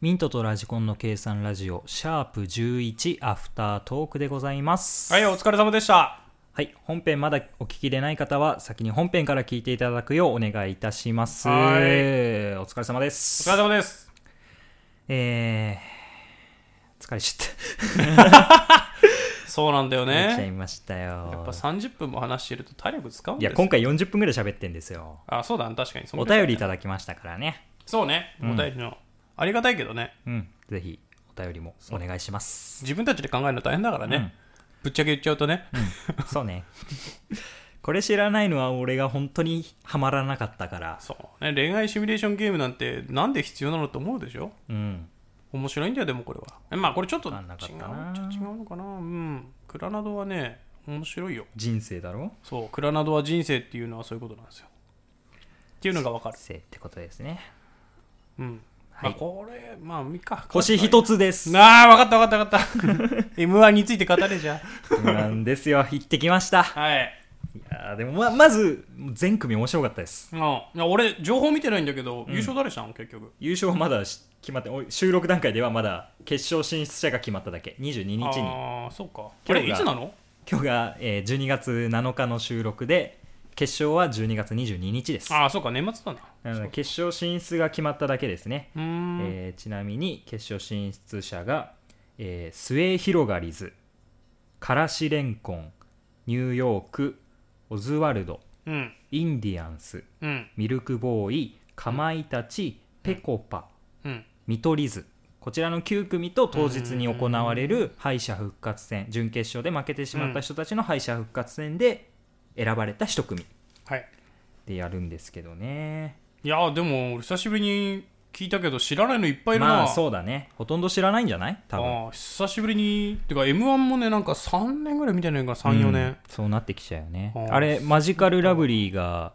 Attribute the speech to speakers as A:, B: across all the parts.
A: ミントとラジコンの計算ラジオ、シャープ11アフタートークでございます。
B: はい、お疲れ様でした。
A: はい、本編まだお聞きでない方は、先に本編から聞いていただくようお願いいたします。
B: はい
A: お疲れ様です。
B: お疲れ様です。
A: えー、疲れちゃった。
B: そうなんだよ
A: 寝ちゃい
B: ね。
A: ました
B: やっぱ
A: よ。
B: 30分も話してると体力使うん
A: い
B: です
A: や、今回40分ぐらい喋ってんですよ。
B: あ、そうだね、確かに。その
A: お便りいただきましたからね。
B: そうね、お便りの。ありがたいけどね、
A: うん、ぜひ、お便りもお願いし ます。
B: 自分たちで考えるの大変だからね。ぶっちゃけ言っちゃうとね。
A: そうね。これ知らないのは俺が本当にハマらなかったから。
B: そうね、恋愛シミュレーションゲームなんてなんで必要なのと思うでしょ
A: うん。
B: 面白いんだよ、でもこれは。えまあこれちょっと違
A: わ
B: う
A: かんなかっ
B: ち
A: た
B: ょっ
A: な
B: と違うのかな。うん。クラナドはね、面白いよ。
A: 人生だろ
B: そう、クラナドは人生っていうのはそういうことなんですよ。っていうのがわかる。
A: 生ってことですね。
B: うん。
A: はい
B: まあこれ、まあ、いいか。
A: 星一つです。
B: なあ、わかったわかったわか った。M1 について語れじゃ
A: なんですよ。行ってきました。
B: あ。はい。
A: いやーでもま、まず、全組面白かったです。
B: あいや俺、情報見てないんだけど、優勝誰したの結局。
A: 優勝はまだし決まって、おい収録段階ではまだ決勝進出者が決まっただけ。22日に。
B: ああ、そうか。こ
A: 今
B: れ、
A: 日
B: い
A: が
B: つなの
A: 今日が、えー12月7日の収録で、決勝は12月22日です。
B: ああ、そうか、年末なんだ。
A: なので決勝進出が決まっただけですね。
B: うーん。
A: えーちなみに決勝進出者が、えー、スエヒロガリズからしレンコンニューヨークオズワルド
B: うん。
A: インディアンス
B: うん。
A: ミルクボーイかまいたちペコパ
B: うん。
A: 見取り図こちらの9組と当日に行われる敗者復活戦準決勝で負けてしまった人たちの敗者復活戦で選ばれた1組
B: はい。
A: でやるんですけどね
B: いやー、でも、久しぶりに聞いたけど、知らないのいっぱいいるな。
A: まあそうだねほとんど知らないんじゃない多分
B: あー久しぶりに。てか、M1 もね、なんか3年ぐらい見てないから、3、4
A: うん
B: 年。
A: そうなってきちゃうよね
B: あー
A: あれマジカルラブリーが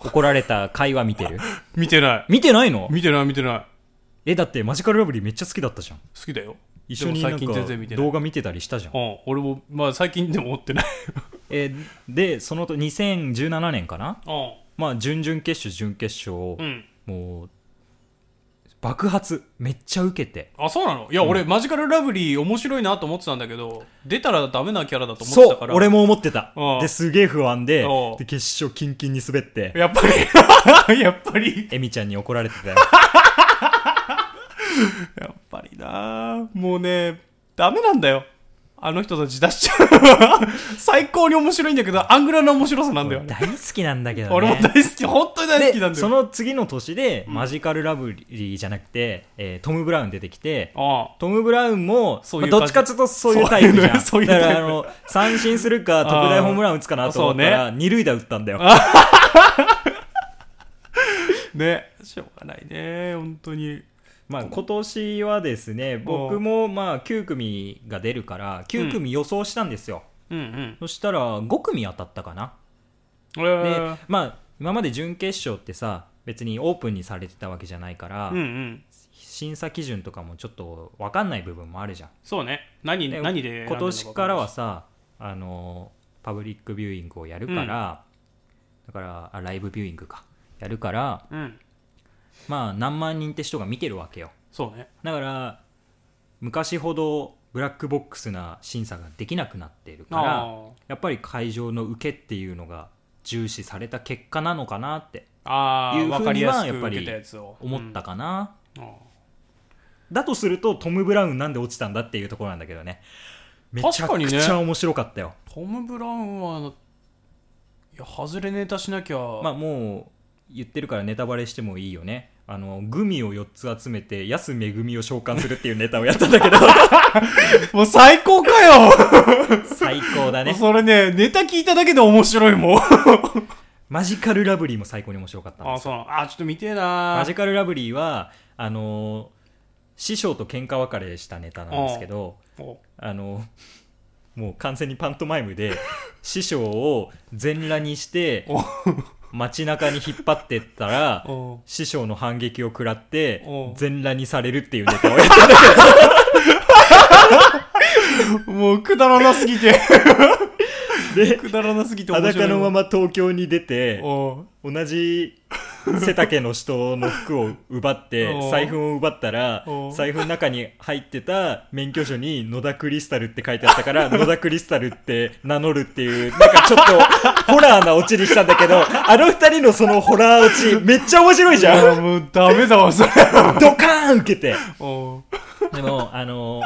A: 怒られた会話見てる
B: 見てない。
A: 見てないの
B: 見てない、見てない。
A: えだってマジカルラブリーめっちゃ好きだったじゃん
B: 好きだよ。
A: 一緒になん
B: でも最近全然見
A: か
B: てない。
A: 動画見てたりしたじゃん
B: うん、俺も、まあ最近でも追 ってない。
A: えでその後2017年かな
B: うん。
A: まあ準々決勝準決勝、
B: うん。
A: もう爆発めっちゃ受けて
B: あ、そうなのいや、俺、マジカルラブリー面白いなと思ってたんだけど、出たらダメなキャラだと思ってたから。
A: 俺も思ってた
B: うん
A: ですげえ不安で
B: うん
A: で決勝キンキンに滑って
B: やっぱり 、やっぱり、
A: エミちゃんに怒られて たよ
B: やっぱりなもうね、ダメなんだよ。あの人たち出しちゃう。 最高に面白いんだけど、アングラの面白さなんだよ。
A: 大好きなんだけどね
B: 俺も大好き、本当に大好きなん
A: で
B: だ
A: そ
B: よ。
A: の次の年で、マジカルラブリーじゃなくて、えートム・ブラウン出てきて、
B: あ
A: トム・ブラウンも、
B: そういう
A: まあ
B: 感
A: どっ
B: じ
A: ちかというとそういうタイプじゃん。
B: そういうねそうい
A: だ
B: うタイプ
A: から、あの、三振するか、特大ホームラン打つかなと思った
B: あ
A: ら、二塁打打ったんだよ。
B: あ。ね。しょうがないね、本当に。
A: まあ、今年はですね、僕も、まあ、9組が出るから、9組予想したんですよ。
B: うんうん。
A: そしたら、5組当たったかな。
B: え
A: で
B: ー、、
A: まあ、今まで準決勝ってさ、別にオープンにされてたわけじゃないから、
B: うんうん。
A: 審査基準とかもちょっと分かんない部分もあるじゃん。
B: そうね。何、
A: で
B: 何で選んで
A: 今
B: るのかわんないし
A: 年からはさあのパブリックビューイングをやるから、だからあライブビューイングかやるから
B: うん。
A: まあ何万人って人が見てるわけよ
B: そうね。
A: だから昔ほどブラックボックスな審査ができなくなってるか
B: あ
A: ら
B: ー
A: やっぱり会場の受けっていうのが重視された結果なのかなって
B: あ
A: いう
B: あ、
A: ふうには
B: わかりやす
A: や
B: く
A: っぱ
B: 受
A: り
B: けたやつを。
A: 思ったかな、
B: うん。あ
A: だとするとトム・ブラウンなんで落ちたんだっていうところなんだけどねめちゃ
B: 確か
A: く
B: にね
A: ちゃ面白かったよ、
B: ートム・ブラウンは、いや、外れネタしなきゃ、
A: まあもう言ってるからネタバレしてもいいよねあのグミを4つ集めて安めぐみを召喚するっていうネタをやったん だけど
B: もう最高かよ、
A: 最高だね
B: それね、ネタ聞いただけで面白いもん。
A: マジカルラブリーも最高に面白かったん
B: あ
A: で
B: あ、
A: す
B: そうなの。あー、ちょっと見てえな
A: マジカルラブリーはあのー師匠と喧嘩別れしたネタなんですけど
B: お
A: あのもう完全にパントマイム で師匠を全裸にして
B: お
A: 街中に引っ張ってったら
B: お
A: 師匠の反撃を食らって
B: お
A: 全裸にされるっていうネタをやった
B: もうくだらなすぎて。
A: で
B: くだらなすぎて面白い。
A: 裸のま
B: ま。
A: ま東京に出て
B: お
A: 同じ背丈の人の服を奪っ
B: お
A: て
B: う
A: 財布を奪ったら
B: おう
A: 財布の中に入ってた免許証に野田クリスタルって書いてあったから 野田クリスタルって名乗るっていうなんかちょっとホラーなオチにしたんだけどあの二人のそのホラーオチめっちゃ面白いじ
B: い
A: ゃん
B: やもうダメだわそれ
A: ドカーン受けて
B: お
A: でもあの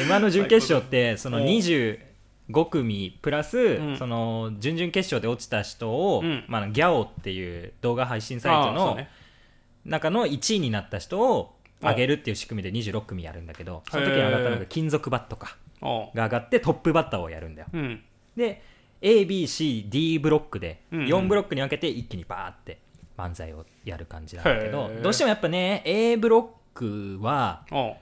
A: m 1の準決勝ってその
B: お
A: 25組プラス、
B: ん
A: その準々決勝で落ちた人を、
B: うん
A: まあ、ギャオっていう動画配信サイトの中の1位になった人を上げるっていう仕組みで26組やるんだけどその時に上がったの
B: へ
A: が
B: ー
A: 金属バットか
B: おう
A: が上がってトップバッターをやるんだよ
B: うん
A: で ABCD ブロックで
B: うんうん
A: 4ブロックに分けて一気にバーって漫才をやる感じなんだけど
B: へー
A: どうしてもやっぱね A ブロックは
B: おう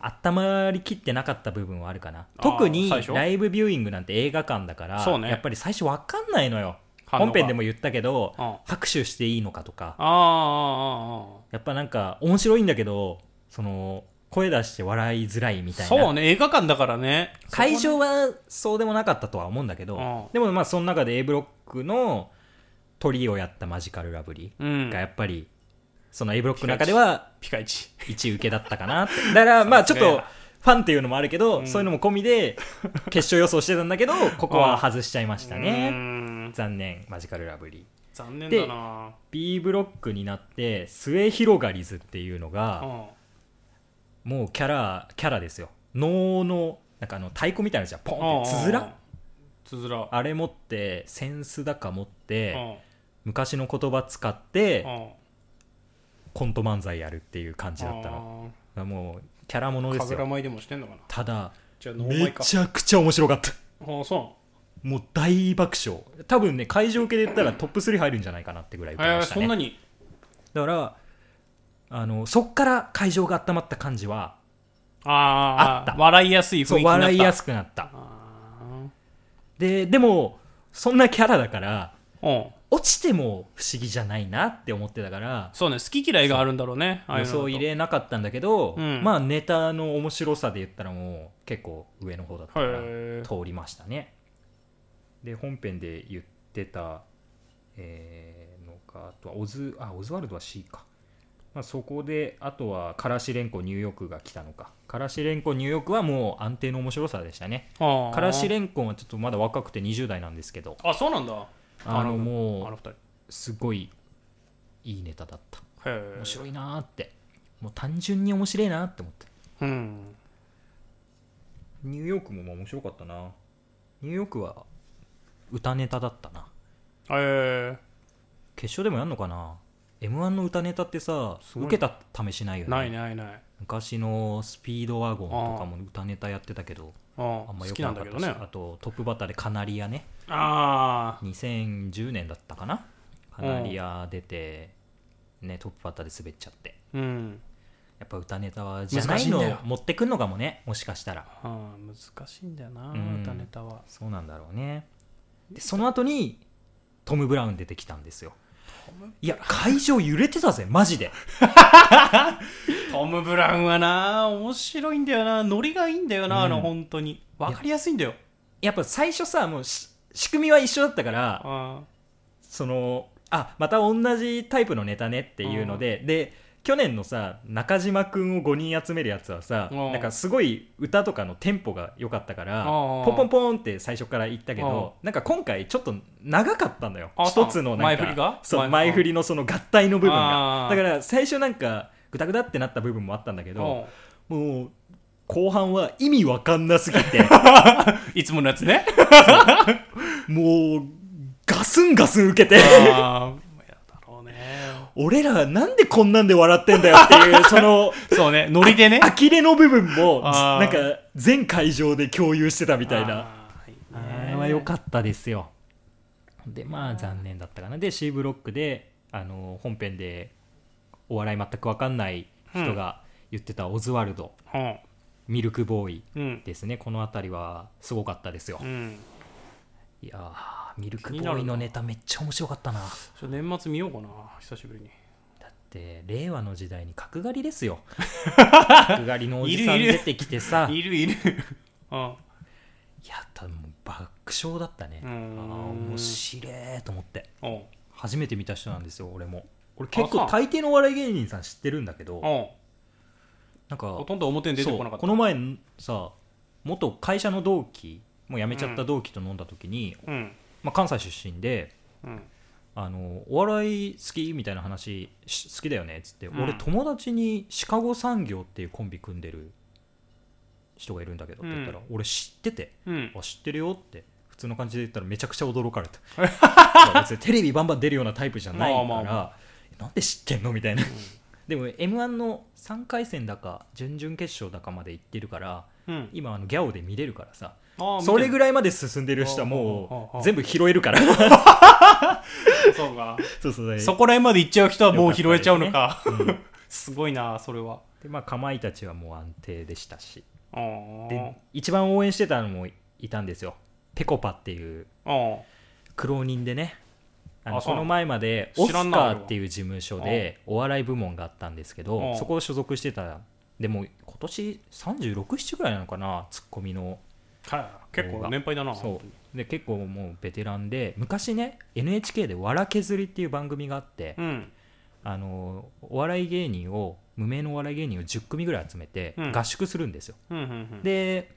A: 温まりきってなかった部分はあるかな
B: あー
A: 特に
B: 最初
A: ライブビューイングなんて映画館だから、
B: そうね
A: やっぱり最初わかんないのよ
B: 反応が
A: 本編でも言ったけど
B: うん
A: 拍手していいのかとか
B: ああああ
A: やっぱなんか面白いんだけどその声出して笑いづらいみたい
B: そう
A: な
B: ね映画館だからね
A: 会場はそうでもなかったとは思うんだけ
B: うん
A: どでもまあその中で A ブロックの鳥をやったマジカルラブリ
B: う
A: ー
B: ん
A: がやっぱりその A ブロックの中では
B: ピカイチ
A: 一受けだったかなってだからまあちょっとファンっていうのもあるけど、そういうのも込みで決勝予想してたんだけどここは外しちゃいました
B: う
A: ね
B: ん
A: 残念マジカルラブリー
B: 残念
A: で
B: だな
A: B ブロックになって末広がりずっていうのが
B: あ
A: もうキャラキャラですよ能のなんかあの太鼓みたいなのじゃんポン
B: あ
A: ってつづら
B: つづら
A: あれ持ってセンスだか持っ
B: う
A: て
B: ん
A: 昔の言葉使って
B: うん
A: コント漫才やるっていう感じだったのもうキャラもの
B: あー
A: で
B: か
A: す
B: ぐら
A: よ
B: 舞いでもしてんのかな
A: ただ
B: じゃあノーマ
A: め
B: イか
A: ちゃくちゃ面白かった
B: ああそ
A: もう大爆笑多分ね会場系で言ったらトップ3入るんじゃないかなってぐらいう受
B: へ
A: け
B: え
A: ました
B: そ
A: ね、
B: んなに
A: だからあのそっから会場が温まった感じは
B: あ
A: あっ
B: あ笑いやすい雰囲気
A: そう
B: になった
A: 笑いや
B: す
A: すくなったででもそんなキャラだから
B: うん
A: 落ちても不思議じゃないなって思ってたから
B: そうね好き嫌いがあるんだろうねああい
A: 予
B: うのだと
A: 想入れなかったんだけど、
B: うん
A: まあネタの面白さで言ったらもう結構上の方だったか
B: へ
A: ら
B: え
A: 通りましたねで本編で言ってた、えーのかあとはオズあオズワルドは C か、まあ、そこであとはからしれんこニューヨークが来たのかからしれんこニューヨークはもう安定の面白さでしたね
B: ああ
A: からしれんこんはちょっとまだ若くて20代なんですけど
B: あそうなんだ
A: あの
B: あの
A: も
B: 二人へ
A: うすごいいいネタだった
B: え
A: 面白いなーってもう単純に面白いなーって思った
B: うん
A: ニューヨークもまあ面白かったなニューヨークは歌ネタだったな
B: へえ
A: 決勝でもやんのかな m 1の歌ネタってさ
B: ごい
A: 受けた試しないよね
B: ないないない
A: 昔のスピードワゴンとかも歌ネタやってたけど
B: うん
A: あん
B: 好
A: まよ
B: き
A: くな
B: な
A: んか
B: だ
A: っ
B: け
A: た
B: ど
A: し
B: ね
A: あとトップバッターでカナリアね
B: ああ
A: 2010年だったかなカナリア出て、ね、トップバッターで滑っちゃって
B: うん
A: やっぱ歌ネタはじゃない
B: 難しいん
A: の
B: だよ
A: 持ってくんのかもねもしかしたら
B: ああ難しいんだよな
A: うん
B: 歌ネタは
A: そうなんだろうねでその後にトム・ブラウン出てきたんですよいや会場揺れてたぜマジで
B: トム・ブラウンはな面白いんだよなノリがいいんだよな、
A: うん
B: あの本当に分かりやすいんだよ
A: やっぱ最初さもうし仕組みは一緒だったから
B: あ
A: そのあまた同じタイプのネタねっていうので、で去年のさ中島くんを5人集めるやつはさ、
B: うん
A: なんかすごい歌とかのテンポが良かったから、
B: うん
A: ポンポンポンって最初から言ったけど、なんか今回ちょっと長かったんだよ
B: あそう
A: 一つのなんか
B: 前振りが
A: そう
B: 前
A: 前振りのその合体の部分
B: あ
A: が
B: ー
A: だから最初なんかグダグダってなった部分もあったんだけど、もう後半は意味わかんなすぎて
B: いつものやつ ね
A: もうガスンガスン受けて
B: ああやだろうね
A: 俺らなんでこんなんで笑ってんだよって いうその
B: そうねノリでね
A: 呆れの部分も
B: あー
A: なんか全会場で共有してたみたいな
B: あーいい
A: あ
B: ね
A: れは良かったですよでまあ残念だったかなで C ブロックであの本編でお笑い全く分かんない人が言ってたオズワルド、
B: うん
A: ミルクボーイ
B: うん
A: ですねこの辺りはすごかったですよ、
B: うん
A: いやーミルク
B: 気
A: ボ
B: になる
A: ー
B: な
A: イのネタめっちゃ面白かったな
B: ちょっと年末見ようかな久しぶりに
A: だって令和の時代に角刈りです よ角刈りのおじさん
B: いるいる
A: 出てきてさ
B: いる いるうん
A: いや多分もう爆笑だったね
B: う
A: あ
B: ーん
A: あ面白えと思って
B: うん
A: 初めて見た人なんですよ俺も俺結構
B: あそう
A: 大抵のお笑い芸人さん知ってるんだけど
B: うん
A: なんか
B: ほとんど表に出てこな
A: そう
B: かった
A: この前さ元会社の同期もう辞めちゃった同期と飲んだ時に、
B: うん
A: まあ、関西出身で
B: うん
A: あのお笑い好きみたいな話し好きだよねっつって、
B: うん
A: 俺友達にシカゴ産業っていうコンビ組んでる人がいるんだけどって言ったら、俺知ってて
B: うん
A: あ知ってるよって普通の感じで言ったらめちゃくちゃ驚かれ たいや別にテレビバンバン出るようなタイプじゃないから、
B: まあまあ
A: なんで知ってんのみたいな、 でも m 1の3回戦だか準々決勝だかまで行ってるから
B: うん
A: 今あのギャオで見れるからさ
B: ああ
A: それぐ
B: ら
A: らいまで進んでる人はも
B: ああああ
A: う全部拾えるから
B: いそうか
A: そうそうそう
B: そこら辺まで行っちゃう人はもう拾えちゃうのか
A: よかったですね
B: すごいなそれは
A: でまあかまいたちはもう安定でしたし
B: ああ
A: で一番応援してたのもいたんですよペコパっていう
B: あ
A: 苦労人でねあの
B: あそう
A: その前までオ
B: 知
A: スカ
B: らんな
A: ーっていう事務所でお笑い部門があったんですけ
B: う
A: ど
B: ん
A: そこを所属してたでも今年367ぐらいなのかなツッコミの
B: あはい結構年配だな
A: そうで結構もうベテランで昔ね NHK で「わら削り」っていう番組があって
B: うん
A: あのお笑い芸人を無名のお笑い芸人を10組ぐらい集めて
B: うん
A: 合宿するんですよ
B: うんうんうん
A: で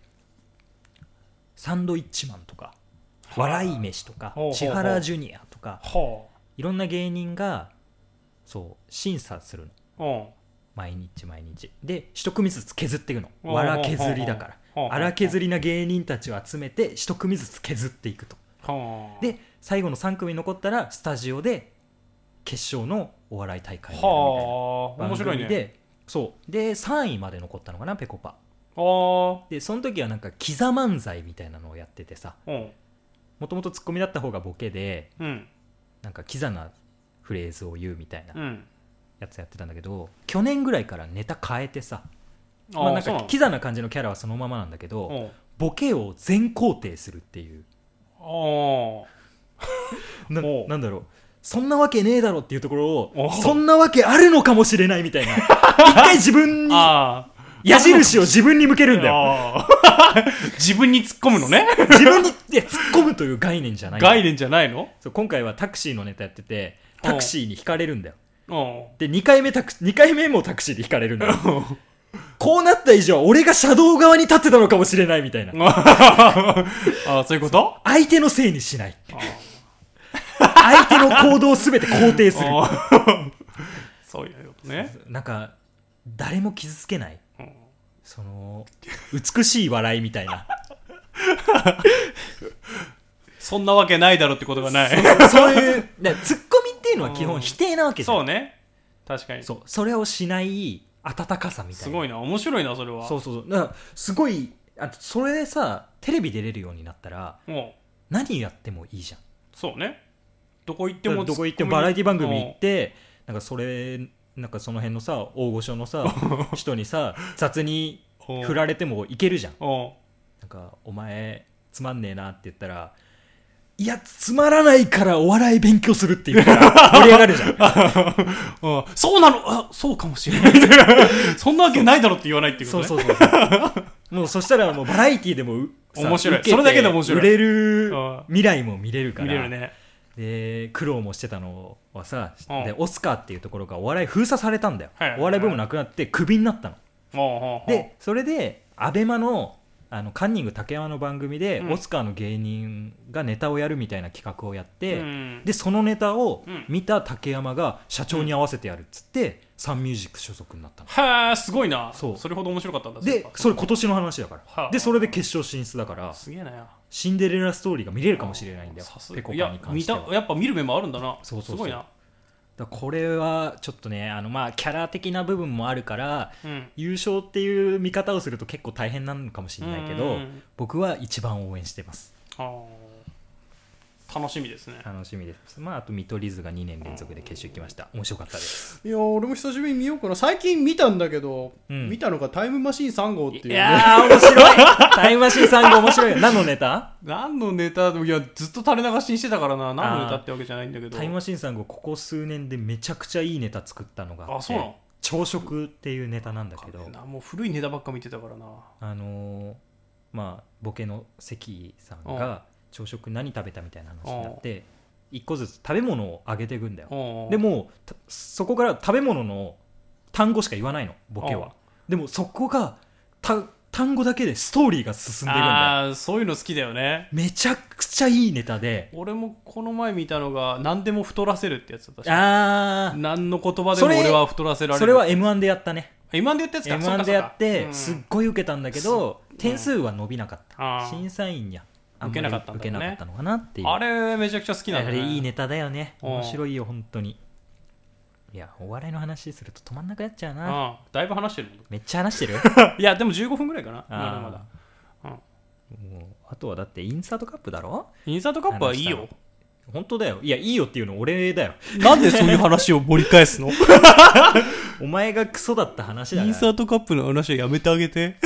A: サンドイッチマンとか笑い飯とか
B: ほうほうほう
A: 千原ジュニアとか
B: はい
A: ろんな芸人がそう審査するの
B: あうん
A: 毎日毎日で一組ずつ削っていくの
B: おうおう
A: わら削りだか
B: おうおうおう
A: ら荒削りな芸人たちを集めて一組ずつ削っていくと
B: はあ
A: で最後の3組残ったらスタジオで決勝のお笑い大会をやるみたいな
B: はあ
A: 番
B: 面白い
A: 組
B: ね
A: でそうで3位まで残ったのかなぺこぱ
B: ああ
A: でその時はなんかキザ漫才みたいなのをやっててさ
B: うん
A: もともとツッコミだった方がボケで
B: うん
A: なんかキザなフレーズを言うみたいな
B: うん
A: やつやってたんだけど去年ぐらいからネタ変えてさまあ、
B: あ
A: な
B: あ
A: ん
B: そうな
A: か
B: の
A: キザな感じのキャラはそのままなんだけど
B: うん
A: ボケを全肯定するっていう
B: ああ
A: な
B: おう
A: なんだろうそんなわけねえだろっていうところ
B: お
A: を
B: う
A: そんなわけあるのかもしれないみたい な一回自分に
B: あ あ
A: 矢印を自分に向けるんだよ
B: ああ 自分に突っ込むのね
A: 自分にいや突っ込むという概念じゃない
B: 概念じゃないの
A: そう今回はタクシーのネタやっててタクシーに惹かれるんだよ
B: うん
A: で2回目タク2回目もタクシーで引かれるんだよこうなった以上俺が車道側に立ってたのかもしれないみたいな
B: ああそういうこと
A: 相手のせいにしない相手の行動を全て肯定する
B: ああ そういうことね
A: なんか誰も傷つけない
B: うん
A: その美しい笑いみたいな
B: そんなわけないだろってことがない
A: そう いうだからツッコミっていうのは基本否定なわけじゃん
B: そうね確かに
A: そうそれをしない温かさみたい
B: す
A: な
B: ごいな面白いなそれは
A: そうそうそうだからすごいあとそれでさテレビ出れるようになったら
B: も
A: 何やってもいいじゃん
B: うそうねどこ行っても
A: どこ行ってもバラエティ番組行ってなんかそれなんかその辺のさ大御所の さ人にさ雑に
B: うん
A: 振られてもいけるじゃん
B: うんうん
A: なんか「お前つまんねえな」って言ったら「いやつまらないからお笑い勉強する」って言った ら盛り上がるじゃん
B: うんそうなのあそうかもし れないそんなわけないだろって言わないっていうこ
A: そ
B: と
A: う
B: ね
A: そうそうそうもうそしたらもうバラエティでもうさ
B: 面白い
A: 受けて
B: それだけで面白い
A: 売れる
B: うん
A: 未来も見れるから
B: 見れるね
A: で苦労もしてたのはさ、
B: うん
A: でオスカーっていうところがお笑い封鎖されたんだよ、
B: はいはいはい
A: お笑い部もなくなってクビになったの、
B: もう
A: でそれでアベマのあのカンニング竹山の番組で、
B: うん
A: オスカーの芸人がネタをやるみたいな企画をやって、
B: うん
A: でそのネタを
B: うん
A: 見た竹山が社長に合わせてやるっつって、サンミュージック所属になったの
B: はあすごいな
A: そう
B: それほど面白かったんだ
A: で
B: そうか
A: それ今年の話だから、
B: はあ
A: でそれで決勝進出だから
B: すげえなや
A: シンデレラストーリーが見れるかもしれないんだよ
B: さす
A: ペコ
B: い
A: パ
B: や
A: に関
B: 見
A: して
B: た
A: は
B: やっぱ見る目もあるんだな
A: そうそうそう
B: すごいな
A: だからこれはちょっとねあのまあキャラ的な部分もあるから
B: うん
A: 優勝っていう見方をすると結構大変なのかもしれないけ
B: うんうん
A: ど
B: うん
A: 僕は一番応援してます
B: あー楽しみですね
A: 楽しみですまああと見取り図が2年連続で決勝行きました面白かったです
C: いや俺も久しぶりに見ようかな最近見たんだけど、
A: うん
C: 見たのが「タイムマシーン3号」っていう、
A: いやー面 白いタイムマシーン3号面白いよ何のネタ
B: 何のネタいやずっと垂れ流しにしてたからな何のネタってわけじゃないんだけど
A: タイムマシーン3号ここ数年でめちゃくちゃいいネタ作ったのがあって
B: あそうなの
A: 朝食っていうネタなんだけど
B: なもう古いネタばっか見てたからな
A: あのーまあボケの関さんが朝食何食べたみたいな話になって一個ずつ食べ物をあげていくんだよ
B: お
A: でもたそこから食べ物の単語しか言わないのボケはでもそこがた単語だけでストーリーが進んでいくんだよ
B: ああーそういうの好きだよね
A: めちゃくちゃいいネタで
B: 俺もこの前見たのが何でも太らせるってやつだったし
A: あ
B: 何の言葉で
A: そ
B: も
A: れ
B: 俺は太らせられる
A: それは m 1でやったね
B: M1 で言ったやつか
A: m
B: そっ
A: 1で
B: かそっ
A: や
B: か
A: って
B: うん
A: すっごい受けたんだけど点数は伸びなかった
B: あー
A: 審査員にはあんまり
B: 受けなかったんだろう
A: 受
B: ね
A: けなかったのかなっていう
B: あれめちゃくちゃ好きなん
A: あ
B: だ、
A: れ
B: ね、
A: いいネタだよね
B: うん
A: 面白いよ本当にいやお笑いの話すると止まんなくなっちゃう
B: う
A: なん
B: だいぶ話してるもん
A: めっちゃ話して る
B: いやでも15分ぐらいかなまだまだ
A: もうあとはだってインサートカップだろ
B: インサートカップはいいよ
A: 本当だよいやいいよっていうの俺だよ
B: なんでそういう話を盛り返すの イ
A: お前がクソだった話だ
B: ン
A: から
B: サートカップの話はやめてあげて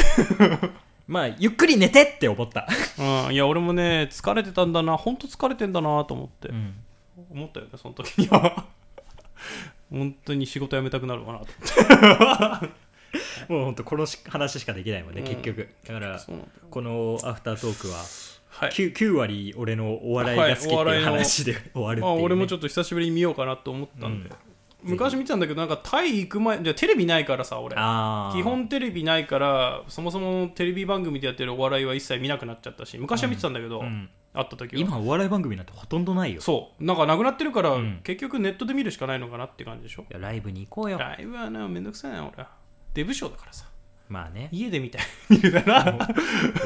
A: まあゆっくり寝てって思った、
B: うんいや俺もね疲れてたんだな本当疲れてんだなと思って、
A: うん、
B: 思ったよねその時には 本当に仕事辞めたくなるわなと
A: もう本当このし話しかできないもんね、
B: うん
A: 結局だから
B: そうなんだよ
A: このアフタートークは
B: はい
A: 9, 9割俺のお笑いが好きって
B: はいいうお笑いの
A: 話で終わるって
B: ま
A: い
B: あ
A: う、ね
B: 俺もち
A: ょっ
B: ょっと久しぶりに見ようかなと思ったんで、
A: うん
B: 昔見てたんだけどなんかタイ行く前じゃあテレビないからさ俺
A: あー
B: 基本テレビないからそもそもテレビ番組でやってるお笑いは一切見なくなっちゃったし昔は見てたんだけど、
A: うん
B: あった時は
A: 今お笑い番組なんてほとんどないよ
B: そうなんかなくなってるから、
A: ん
B: 結局ネットで見るしかないのかなって感じでしょ
A: いやライブに行こうよ
B: ライブはなめんどくさいな俺はデブ賞だか らさ
A: まあね
B: 家で見たい見るかな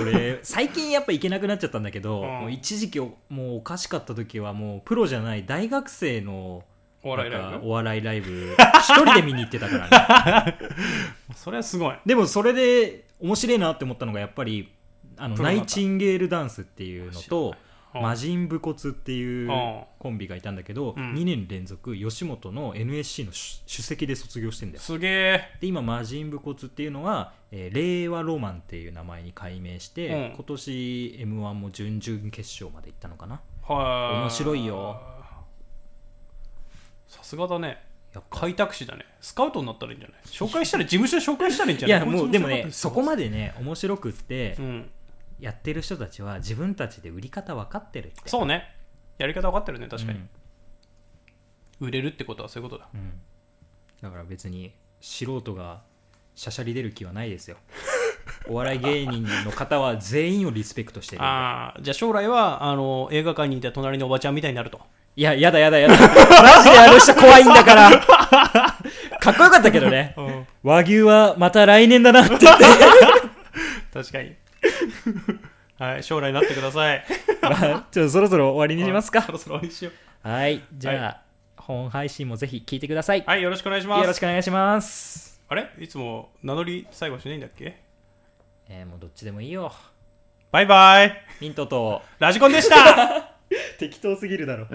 A: 俺最近やっぱ行けなくなっちゃったんだけど、
B: うん
A: もう一時期おもうおかしかった時はもうプロじゃない大学生の
B: お笑いラ
A: な
B: イ
A: んか
B: ブ
A: お笑いライブ一人で見に行ってたからね
B: それはすごい
A: でもそれで面白いなって思ったのがやっぱりあの
B: プロ
A: ナ
B: だった
A: イチンゲールダンスっていうのと
B: うん
A: 魔人武骨っていう
B: うん
A: コンビがいたんだけど、
B: うん
A: 2年連続吉本の NSC の主主席で卒業してんだよ
B: すげえ
A: で今魔人武骨っていうのは、えー令和ロマンっていう名前に改名して、
B: うん
A: 今年 m 1も準々決勝まで行ったのかな
B: はい
A: 面白いよ
B: さすがだね
A: やっぱ
B: 開拓士だねスカウトになったらいいんじ ゃない紹介したら事務所で紹介したらいいんじゃ
A: い
B: ない
A: やもうでもねそこ
B: ま
A: までね面白くって、
B: うん
A: やってる人たちは自分たちで売り方分かってるって
B: そうねやり方分かってるね確かに、
A: うん
B: 売れるってことはそういうことだ
A: うんだから別に素人がしゃしゃり出る気はない ですよお笑い芸人の方は全員をリスペクトしてる
B: ああじゃあ将来はあの映画館にいた隣のおばちゃんみたいになると
A: いややだやだや だマジであの人怖いんだからかっこよかったけどね和牛はまた来年だなって 言って、
B: 確かに はい将来になってください
A: まあちょっとそろそろ終わり にしますか
B: そろそろ終わりにしよう
A: はいじゃあ、本配信もぜひ聞いてください、
B: はいよろしくお願いします
A: よろしくお願いします
B: あれいつも名乗り最後しないんだっけ
A: えー、もうどっちでもいいよ
B: バイバイ
A: ミントと
B: ラジコンでした
A: 適当すぎるだろ